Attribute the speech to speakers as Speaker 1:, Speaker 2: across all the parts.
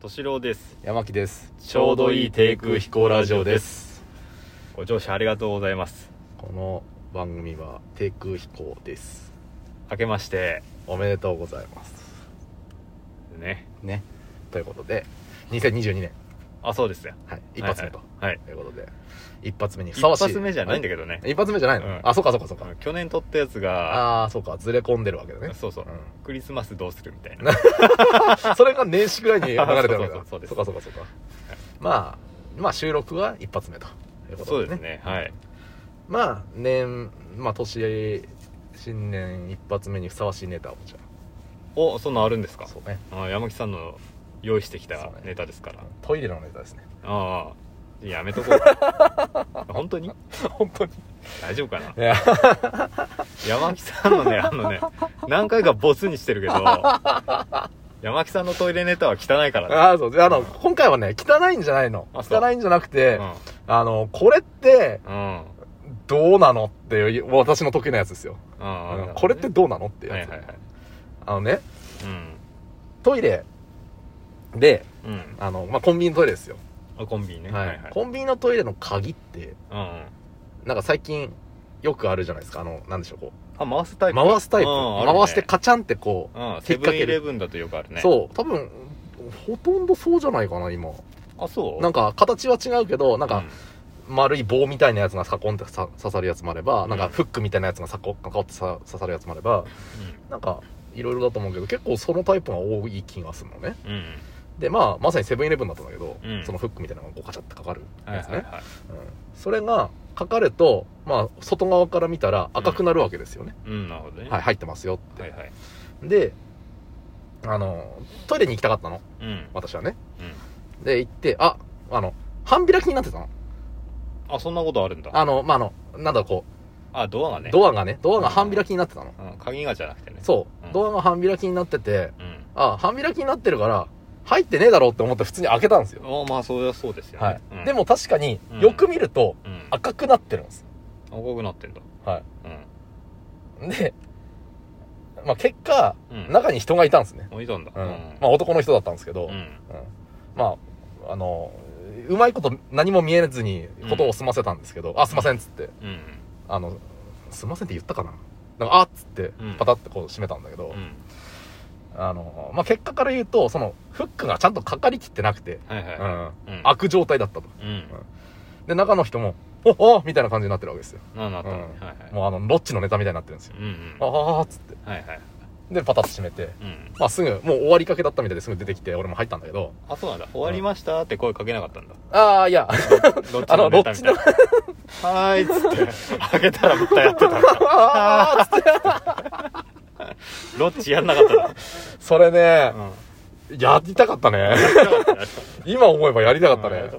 Speaker 1: 敏郎です
Speaker 2: 山木です
Speaker 1: ちょうどいい低空飛行ラジオですご乗車ありがとうございます
Speaker 2: この番組は低空飛行です
Speaker 1: 明けまして
Speaker 2: おめでとうございます
Speaker 1: ね
Speaker 2: ねということで2022年
Speaker 1: あそうですよ
Speaker 2: はい一発目と、
Speaker 1: はい、はい
Speaker 2: ということで一発目にふ
Speaker 1: 一
Speaker 2: さわしい
Speaker 1: 発目じゃないんだけどね
Speaker 2: 一発目じゃないの、
Speaker 1: うん
Speaker 2: あそうかそうかそうか、
Speaker 1: 去年撮ったやつが
Speaker 2: ああそうかずれ込んでるわけだね
Speaker 1: そうそう、
Speaker 2: う
Speaker 1: クリスマスどうするみたいな
Speaker 2: んそれが年始ぐらいに流れてるわけだ
Speaker 1: そうそうそうそうです
Speaker 2: かそうかそうか、まあまあ収録は一発目ということ
Speaker 1: そう
Speaker 2: でね
Speaker 1: ですねはい
Speaker 2: まあ年まあ年新年一発目にふさわしいネタをじゃ
Speaker 1: おそんなんあるんです
Speaker 2: あ
Speaker 1: か
Speaker 2: そうね
Speaker 1: あ山木さんの用意してき
Speaker 2: そ
Speaker 1: た
Speaker 2: うね
Speaker 1: ネタですから、
Speaker 2: トイレのネタですね
Speaker 1: ああやめとこうか 本当に
Speaker 2: 本当に
Speaker 1: 大丈夫かない
Speaker 2: や
Speaker 1: 山木さんの ねあのね何回かボツにしてるけど山木さんのトイレネタは汚いからね
Speaker 2: ああそうであの今回はね汚いんじゃないの
Speaker 1: あそう
Speaker 2: 汚いんじゃなくて、
Speaker 1: うん
Speaker 2: あのこれって
Speaker 1: うん
Speaker 2: どうなのっていう私の得意なやつですよ、
Speaker 1: うん
Speaker 2: うんこれってどうなのって
Speaker 1: はい
Speaker 2: やつ、
Speaker 1: はいはい
Speaker 2: あのね
Speaker 1: うん
Speaker 2: トイレで
Speaker 1: うん
Speaker 2: あの、まあ、コンビニのトイレですよ、
Speaker 1: あコンビニね
Speaker 2: はいコンビニのトイレの鍵って
Speaker 1: うんうん
Speaker 2: なんか最近よくあるじゃないですかあのなんでしょうこう
Speaker 1: あ回すタイプ
Speaker 2: 回すタイプ、
Speaker 1: うんあるね
Speaker 2: 回してカチャンってこう、
Speaker 1: うん
Speaker 2: 引
Speaker 1: セ
Speaker 2: っ
Speaker 1: ブ
Speaker 2: 掛
Speaker 1: ン
Speaker 2: け
Speaker 1: イ
Speaker 2: る
Speaker 1: レブンだとよくあるねう
Speaker 2: そう多分ほとんどそうじゃないかな今
Speaker 1: あそう
Speaker 2: なん
Speaker 1: か
Speaker 2: か形は違うけどなんか、丸い棒みたいなやつがサコンってさ刺さるやつもあれば、なん
Speaker 1: う
Speaker 2: か
Speaker 1: ん
Speaker 2: フックみたいなやつがサコンってさ刺さるやつもあれば、なんかいろいろだと思うけど、結構そのタイプが多い気がするのね。
Speaker 1: うんうん
Speaker 2: で、まあ、まさにセブンイレブンだったんだけど、
Speaker 1: うん
Speaker 2: そのフックみたいなのがこうカチャってかかる
Speaker 1: はい
Speaker 2: やつ
Speaker 1: は
Speaker 2: ね。
Speaker 1: いはい
Speaker 2: うんそれがかかると、まあ、外側から見たら赤くなるわけですよね。
Speaker 1: うんなるほどね
Speaker 2: はい、入ってますよって。
Speaker 1: はいはい
Speaker 2: で、あの、トイレに行きたかったの、
Speaker 1: うん
Speaker 2: 私はね。
Speaker 1: うん
Speaker 2: で、行って、あ、あの、半開きになってたの。
Speaker 1: あそんなことあるんだ
Speaker 2: あの、まあ、あの、なんだろう、こ
Speaker 1: あドアがね
Speaker 2: う、ドアがね、ドアが半開きになってたの。
Speaker 1: うん鍵がじゃなくてね
Speaker 2: そう、
Speaker 1: うん
Speaker 2: ドアが半開きになってて、
Speaker 1: うん
Speaker 2: あ、半開きになってるから、入ってねえだろうって思って普通に開けたんですよ。
Speaker 1: あまあそれはそうですよね
Speaker 2: はい。
Speaker 1: うん
Speaker 2: でも確かに
Speaker 1: うん、
Speaker 2: よく見ると、
Speaker 1: うん
Speaker 2: 赤くなってるんです。
Speaker 1: 赤くなってんだ
Speaker 2: は
Speaker 1: う
Speaker 2: い。で、まあ結果、
Speaker 1: んうん
Speaker 2: 中に人がいたんですね。
Speaker 1: あいたんだ
Speaker 2: うん。ま
Speaker 1: ま
Speaker 2: あ男の人だったんですけど、
Speaker 1: う
Speaker 2: うん
Speaker 1: ん
Speaker 2: まあ、あの、うまいこと何も見えずにことを済ませたんですけど、あ、すいませんっつって、
Speaker 1: うん
Speaker 2: あの、すいませんって言ったかな。なんか、あっつって
Speaker 1: うん、
Speaker 2: パタってこう閉めたんだけど、
Speaker 1: うん
Speaker 2: あの、まあ結果から言うと、その、フックがちゃんとかかりきってなくて、
Speaker 1: はいはいうは
Speaker 2: ん。
Speaker 1: いうん
Speaker 2: 開く状態だったと。
Speaker 1: うん
Speaker 2: で、中の人も、おおみたいな感じになってるわけですよ。
Speaker 1: ななったね
Speaker 2: うん
Speaker 1: はいはい
Speaker 2: もうあの、ロッチのネタみたいになってるんですよ。
Speaker 1: うんうん
Speaker 2: ああーっつって。
Speaker 1: はいはい
Speaker 2: で、パタッと閉めて。
Speaker 1: うん
Speaker 2: まあすぐ、もう終わりかけだったみたいですぐ出てきて、俺も入ったんだけど、
Speaker 1: あそうなんだ終わりましたって声かけなかったんだ
Speaker 2: ああ、いや、
Speaker 1: どっち
Speaker 2: あ
Speaker 1: の
Speaker 2: の
Speaker 1: ネタみたいなはーいっつって開けたらまたやってたんだ
Speaker 2: あーっつって。
Speaker 1: ロッチやんなかったんだ
Speaker 2: それね
Speaker 1: う、ん
Speaker 2: やりたかったね。今思えばやりたかったね。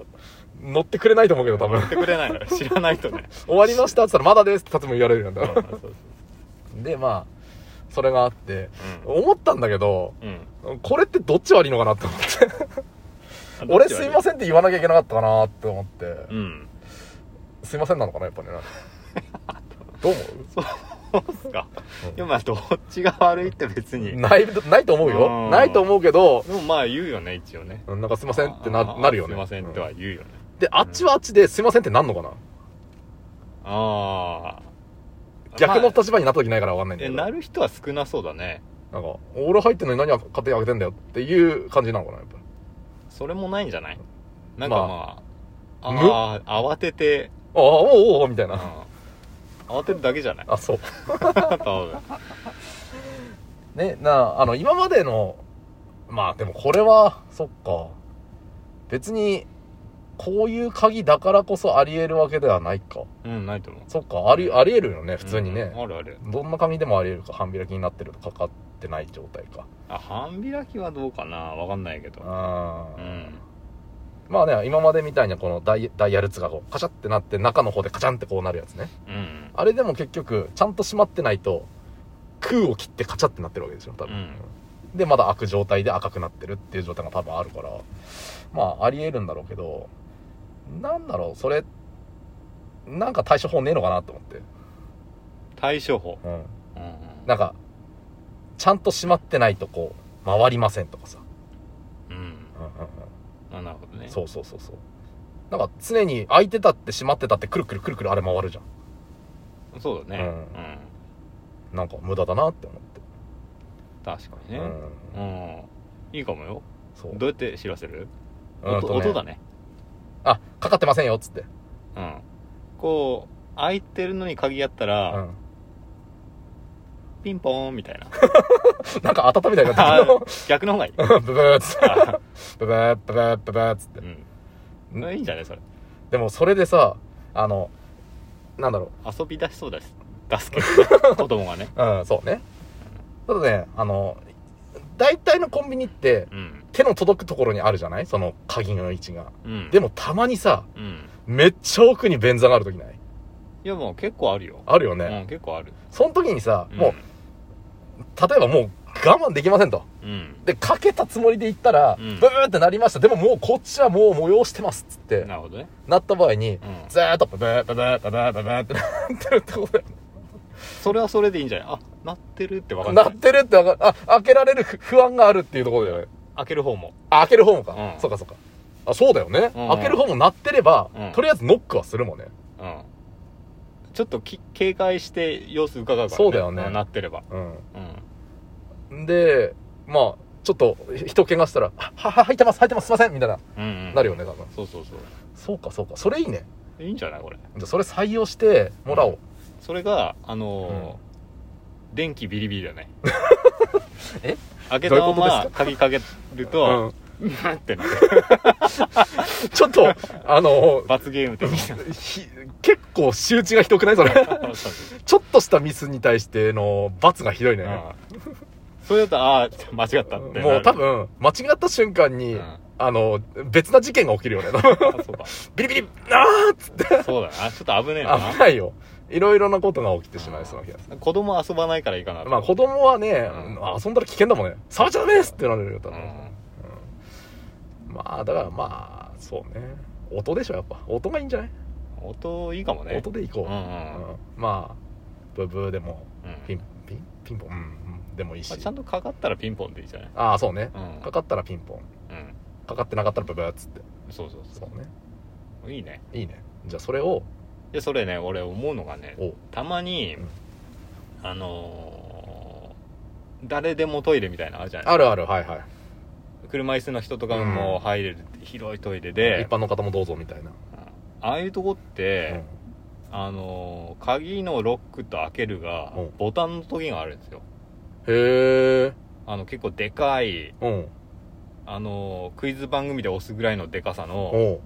Speaker 2: 乗ってくれないと思うけど、多
Speaker 1: や
Speaker 2: 分
Speaker 1: っ。てくれないの知らないとね
Speaker 2: 終わりましたって言ったら、まだですって多分言われるん
Speaker 1: うん
Speaker 2: だ。
Speaker 1: そうそうそう
Speaker 2: で、まあ、それがあって、思ったんだけど、
Speaker 1: うんうん
Speaker 2: これってどっち悪いのかなって 思って。
Speaker 1: あどっ
Speaker 2: 俺
Speaker 1: ち
Speaker 2: す
Speaker 1: が
Speaker 2: いませんって言わなきゃいけなかったかなって思って、
Speaker 1: うん
Speaker 2: すいませんなのかなや っぱねどう思
Speaker 1: そうっすか
Speaker 2: う
Speaker 1: い
Speaker 2: ん
Speaker 1: やまあどっちが悪いって別に
Speaker 2: うないないと思う
Speaker 1: う
Speaker 2: よ
Speaker 1: ん
Speaker 2: ないと思うけど
Speaker 1: でもまあ言うよね一応ね
Speaker 2: うんなんかすいませんって
Speaker 1: あ
Speaker 2: な
Speaker 1: ー
Speaker 2: なるよね
Speaker 1: すいませんっては言うよね
Speaker 2: うんであっちはあっちですいませんってなんのかな
Speaker 1: ああ
Speaker 2: 逆の
Speaker 1: まあ
Speaker 2: 立場になった時ないからわかんないんだ
Speaker 1: え
Speaker 2: けど、
Speaker 1: なる人は少なそうだね
Speaker 2: なんか俺入ってんのに何勝手に開けてんだよっていう感じなのかなやっぱ
Speaker 1: それもないんじゃないなんかまあ、あ
Speaker 2: ま
Speaker 1: あー慌てて、
Speaker 2: ああおうおうみたい
Speaker 1: うん
Speaker 2: な
Speaker 1: 慌てるだけじゃない
Speaker 2: あそう
Speaker 1: 多分
Speaker 2: ねなあの今までのまあでもこれはそっか別にこういう鍵だからこそあり得るわけではないか
Speaker 1: うんないと思う
Speaker 2: そっかありあり得るよね普通にね、
Speaker 1: うんあるある
Speaker 2: どんな紙でもあり得るか半開きになってるとかかってない状態か
Speaker 1: あ半開きはどうかなわかんないけど
Speaker 2: あ
Speaker 1: う
Speaker 2: ー
Speaker 1: ん
Speaker 2: まあね今までみたいにこのダイダイヤルツがこうカチャってなって中の方でカチャンってこうなるやつね
Speaker 1: うん
Speaker 2: あれでも結局ちゃんと閉まってないと空を切ってカチャってなってるわけでしょ多分、でまだ開く状態で赤くなってるっていう状態が多分あるからまああり得るんだろうけどなんだろうそれなんか対処法ねえのかなと思って
Speaker 1: 対処法
Speaker 2: うん
Speaker 1: うん
Speaker 2: なんかちゃんと閉まってないとこう回りませんとかさ
Speaker 1: うん
Speaker 2: うんうんうん
Speaker 1: ね
Speaker 2: そうそうそうそうなんか常に開いてたって閉まってたってくるくるくるくるあれ回るじゃん
Speaker 1: うそうだねう
Speaker 2: う
Speaker 1: んん、
Speaker 2: なんか無駄だなって思って
Speaker 1: 確かに
Speaker 2: う
Speaker 1: ね
Speaker 2: ん
Speaker 1: うん、いいかもよ
Speaker 2: そう
Speaker 1: どうやって知らせる、
Speaker 2: うん
Speaker 1: 音
Speaker 2: とね
Speaker 1: 音だね
Speaker 2: あかかってませんよっつって
Speaker 1: うんこう開いてるのに鍵やった
Speaker 2: う
Speaker 1: ら、
Speaker 2: ん
Speaker 1: ピンポーンみたいな
Speaker 2: なん か温めたいにな
Speaker 1: あ
Speaker 2: って
Speaker 1: 逆の方がいい、
Speaker 2: る ブブーっつって
Speaker 1: あ
Speaker 2: ブブーブブーブブーっつって
Speaker 1: うん、いいんじゃないそれ
Speaker 2: でもそれでさあのなんだろ
Speaker 1: 遊び出しそうだし出すけど、ね、子供がね
Speaker 2: ううんそうねただねあの大体のコンビニって
Speaker 1: うん
Speaker 2: 手の届くところにあるじゃないその鍵の位置が
Speaker 1: うん
Speaker 2: で
Speaker 1: も
Speaker 2: もたまにさ
Speaker 1: うん
Speaker 2: めっちゃ奥に便座がある時ない
Speaker 1: いやもう結構あるよ
Speaker 2: あるよね、
Speaker 1: うん結構ある
Speaker 2: その時にさ、もう例えばもう我慢できませんと
Speaker 1: うん、うん
Speaker 2: でかけたつもりで行ったら、
Speaker 1: うん
Speaker 2: ブーってなりましたでももうこっちはもう催してますっつって
Speaker 1: なるほどね、
Speaker 2: なった場合に
Speaker 1: うん、
Speaker 2: ずーっとブブーブブーブブーブブーってなってるってことだよ
Speaker 1: それはそれでいいんじゃないあ鳴ってるって分かんな
Speaker 2: なっ
Speaker 1: い
Speaker 2: てるってわかるあ開けられる不不安があるっていうところだよね
Speaker 1: 開ける方も
Speaker 2: あ開ける方もか、
Speaker 1: うん
Speaker 2: そうかそうかあそうだよね、
Speaker 1: うん
Speaker 2: 開ける方も鳴ってれば、
Speaker 1: うん
Speaker 2: とりあえずノックはするもんね
Speaker 1: うんちょっとき警戒して様子伺うから、ね、
Speaker 2: そうだよね
Speaker 1: ん鳴ってれば
Speaker 2: う
Speaker 1: うん
Speaker 2: んでまあちょっと人怪我したら「あはは入ってます入ってますすいません」みたいな、
Speaker 1: うん、うん、
Speaker 2: なるよね多分
Speaker 1: そうそうそう
Speaker 2: そうかそうかそれいいね
Speaker 1: いいんじゃないこれ
Speaker 2: じゃあそれ採用してもらおう、
Speaker 1: それがあのー電気ビリビリだね
Speaker 2: え
Speaker 1: 開けたま
Speaker 2: どういうこと
Speaker 1: ま鍵かける
Speaker 2: う
Speaker 1: と
Speaker 2: ん
Speaker 1: うんってなる
Speaker 2: ちょ っとあの
Speaker 1: 罰ゲーム的な
Speaker 2: ひ結構仕打ちがひどくないそれ ちょっとしたミスに対しての罰がひどいね、
Speaker 1: うんそれだとああ間違ったってなる
Speaker 2: もう多分間違った瞬間に、
Speaker 1: うん
Speaker 2: あの別な事件が起きるよね
Speaker 1: あそう
Speaker 2: ビリビリあーっつって
Speaker 1: か そうだなちょっと危ねえな
Speaker 2: 危ないよいろいろなことが起きてしまいそうな気がす
Speaker 1: 子供遊ばないからいいかな
Speaker 2: るまあ子供はね、
Speaker 1: うん
Speaker 2: 遊んだら危険だもんね触っちゃダメですってなるよ多
Speaker 1: う
Speaker 2: 分、
Speaker 1: ん
Speaker 2: まあだからまあそうね音でしょやっぱ音がいいんじゃない、
Speaker 1: 音いいかもね
Speaker 2: 音でいこ
Speaker 1: うんう
Speaker 2: う、うん
Speaker 1: ん
Speaker 2: まあブーブーでも
Speaker 1: うん
Speaker 2: ピンピンピンポン、うんうんでもいいし、
Speaker 1: まあちゃんとかかったらピンポンでいいじゃない
Speaker 2: ああそうね
Speaker 1: うん
Speaker 2: かかったらピンポ
Speaker 1: う
Speaker 2: ン
Speaker 1: ん
Speaker 2: かかってなかったらブブーっつって
Speaker 1: そうそうそ
Speaker 2: そうね
Speaker 1: ういいね
Speaker 2: いいねじゃあそれを
Speaker 1: でそれね俺思うのがね
Speaker 2: お
Speaker 1: たまに、
Speaker 2: うん
Speaker 1: あのー誰でもトイレみたいなのあるじゃない
Speaker 2: あるあるはいはい
Speaker 1: 車椅子の人とか
Speaker 2: うん
Speaker 1: も入れる広いトイレで
Speaker 2: 一、般の方もどうぞみたい
Speaker 1: うん
Speaker 2: な、
Speaker 1: ああいうとこって、
Speaker 2: う
Speaker 1: あのー鍵のロックと開けるが
Speaker 2: うん
Speaker 1: ボタンの時があるんですよ
Speaker 2: んへえ
Speaker 1: あの結構でかい
Speaker 2: うん
Speaker 1: あのークイズ番組で押すぐらいのでかさの
Speaker 2: おう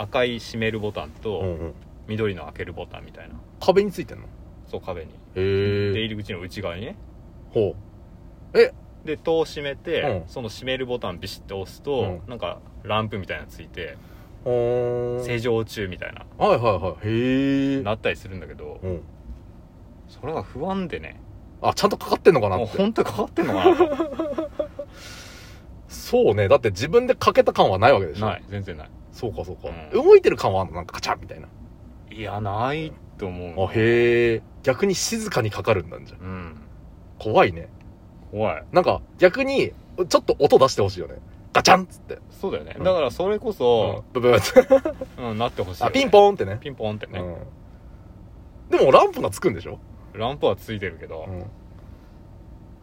Speaker 1: 赤い閉めるボタン
Speaker 2: うん
Speaker 1: と
Speaker 2: うん
Speaker 1: 緑の開けるボタンみたいな
Speaker 2: 壁についてんの
Speaker 1: そう壁にで
Speaker 2: へえ
Speaker 1: 入り口の内側にね
Speaker 2: ほ
Speaker 1: で戸を閉めて、
Speaker 2: うん
Speaker 1: その閉めるボタンビシッて押すと、
Speaker 2: うん
Speaker 1: なんかランプみたいなのついて
Speaker 2: うほー
Speaker 1: 正常中みたいな
Speaker 2: はいはいはいへえ
Speaker 1: なったりするんだけど
Speaker 2: うん
Speaker 1: それが不安でね
Speaker 2: あちゃんとかかってんのかな
Speaker 1: もう
Speaker 2: って
Speaker 1: 本当にかかってんのかなと
Speaker 2: そうねだって自分でかけた感はないわけで しょ
Speaker 1: ない全然ない
Speaker 2: そうかそうか、
Speaker 1: うん
Speaker 2: 動いてる感はあんのなんかカチャンみたいない
Speaker 1: やないと思う
Speaker 2: あへえ逆に静かにかかるんだんじゃん
Speaker 1: うん
Speaker 2: 怖いね
Speaker 1: 怖い
Speaker 2: なんか逆にちょっと音出してほしいよねガチャンっつって、
Speaker 1: そうだよね
Speaker 2: うん
Speaker 1: だからそれこ
Speaker 2: うん
Speaker 1: そ、、
Speaker 2: ブブーって
Speaker 1: うんなってほしいよ
Speaker 2: あ
Speaker 1: ね、
Speaker 2: ピンポンってね
Speaker 1: ピンポンってね、
Speaker 2: うん、でもランプがつくんでしょ、
Speaker 1: ランプはついてるけど、
Speaker 2: うん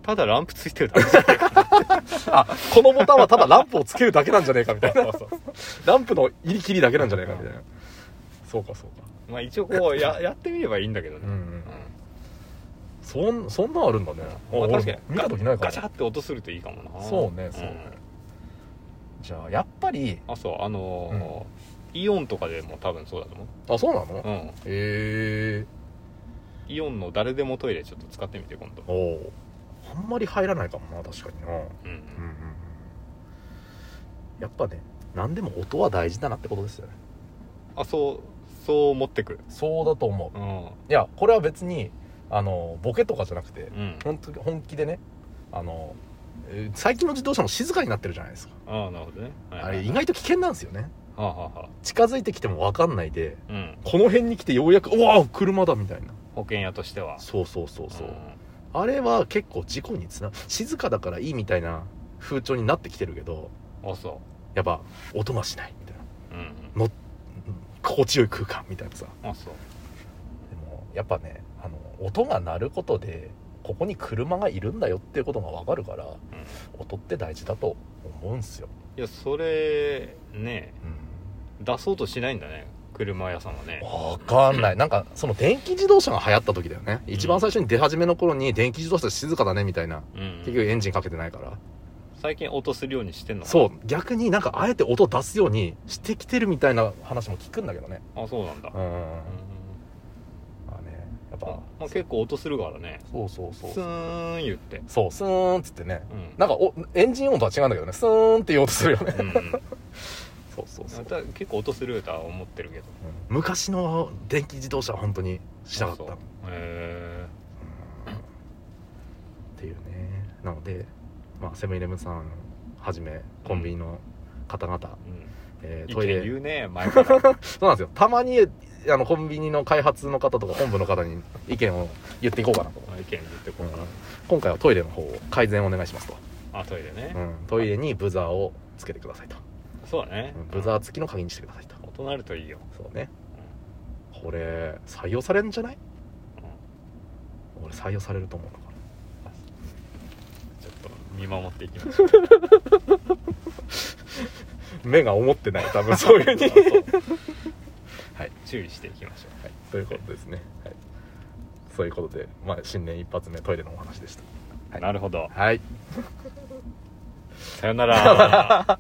Speaker 1: ただランプついてるだけじゃないか
Speaker 2: あこのボタンはただランプをつけるだけなんじゃねえかみたいなランプの入り切りだけなんじゃねえかみたいなそうかそうか
Speaker 1: まあ一応こうややってみればいいんだけどね、
Speaker 2: うんうん
Speaker 1: うん
Speaker 2: そんそんなんあるんだね、
Speaker 1: まあ
Speaker 2: あ
Speaker 1: 確かに
Speaker 2: 俺見た時ないか
Speaker 1: ガ
Speaker 2: ら
Speaker 1: チャって音するといいかもな
Speaker 2: そうねそうね、じゃあやっぱり
Speaker 1: うんあそうあのーイオンとかでも多分そうだと思う
Speaker 2: あそうなの、
Speaker 1: う
Speaker 2: へ
Speaker 1: ん
Speaker 2: え
Speaker 1: イオンの誰でもトイレちょっと使ってみて今度
Speaker 2: おおあんまり入らないかもな確かになうん
Speaker 1: うん、
Speaker 2: うんうんやっぱね何でも音は大事だなってことですよね
Speaker 1: あそうそう思ってく
Speaker 2: そうだと思う
Speaker 1: うん
Speaker 2: いやこれは別にあのボケとかじゃなくて
Speaker 1: うん
Speaker 2: 本当本気でねあのえー最近の自動車も静かになってるじゃないですか
Speaker 1: ああなるほどねはい
Speaker 2: あ
Speaker 1: はい
Speaker 2: れ意外と危険なんですよね
Speaker 1: はあはあはあ
Speaker 2: 近づいてきても分かんないで
Speaker 1: うん
Speaker 2: この辺に来てようやくうわあ車だみたいな
Speaker 1: 保険屋としては
Speaker 2: そうそうそうそう、
Speaker 1: ん
Speaker 2: あれは結構事故につな静かだからいいみたいな風潮になってきてるけど
Speaker 1: あそ
Speaker 2: やっぱ音がしないみたいな
Speaker 1: うん
Speaker 2: の心地よい空間みたいなさ
Speaker 1: あそう
Speaker 2: でもやっぱねあの音が鳴ることでここに車がいるんだよっていうことが分かるから
Speaker 1: うんい
Speaker 2: 音って大事だと思うんすよ、
Speaker 1: やそれね
Speaker 2: うん、
Speaker 1: 出そうとしないんだね車屋さんはね
Speaker 2: 分かんないなんかその電気自動車が流行った時だよね
Speaker 1: ん
Speaker 2: 一番最初に出始めの頃に電気自動車静かだねみたいな
Speaker 1: うん
Speaker 2: 結局エンジンかけてないから
Speaker 1: 最近音するようにしてんのかな
Speaker 2: そう逆になんかあえて音出すようにしてきてるみたいな話も聞くんだけどね
Speaker 1: あそうなんだ
Speaker 2: うん
Speaker 1: うん
Speaker 2: まあね
Speaker 1: あ
Speaker 2: やっぱ
Speaker 1: まあ結構音するからね
Speaker 2: そうそうそ
Speaker 1: ス
Speaker 2: う
Speaker 1: ーン言って
Speaker 2: そうスーンっつってね
Speaker 1: うん
Speaker 2: なんかおエンジン音とは違うんだけどねスーンって言おうとするよね
Speaker 1: うんうん
Speaker 2: そうそうそう、
Speaker 1: た結構音するとは思ってるけど
Speaker 2: 昔の電気自動車は本当にしなかった
Speaker 1: あそうへえ
Speaker 2: うんっていうねなので、まあ、セブンイレブンさんはじめコンビニの方々、
Speaker 1: うん
Speaker 2: えー
Speaker 1: 意
Speaker 2: トイ
Speaker 1: 見言
Speaker 2: レ
Speaker 1: うね前 から
Speaker 2: そうなんですよたまにあのコンビニの開発の方とか本部の方に意見を言っていこうかなと、
Speaker 1: 意見言ってこ
Speaker 2: う
Speaker 1: うんかな
Speaker 2: 今回はトイレの方を改善お願いしますと、
Speaker 1: あトイレね
Speaker 2: うん、トイレにブザーをつけてくださいと、
Speaker 1: そうだね
Speaker 2: うんブザー付きの鍵にしてくださいと
Speaker 1: 音鳴るといいよ
Speaker 2: そうねこれ採用されるんじゃない
Speaker 1: うん
Speaker 2: 俺採用されると思うのかな
Speaker 1: ちょっと見守っていきま しょう
Speaker 2: 目が思ってない多分そういうふうに はい
Speaker 1: 注意していきましょ
Speaker 2: はい、ということですね、はい、そういうことで、まあ、新年一発目トイレの お話でした
Speaker 1: うなるほど
Speaker 2: はい
Speaker 1: さよなら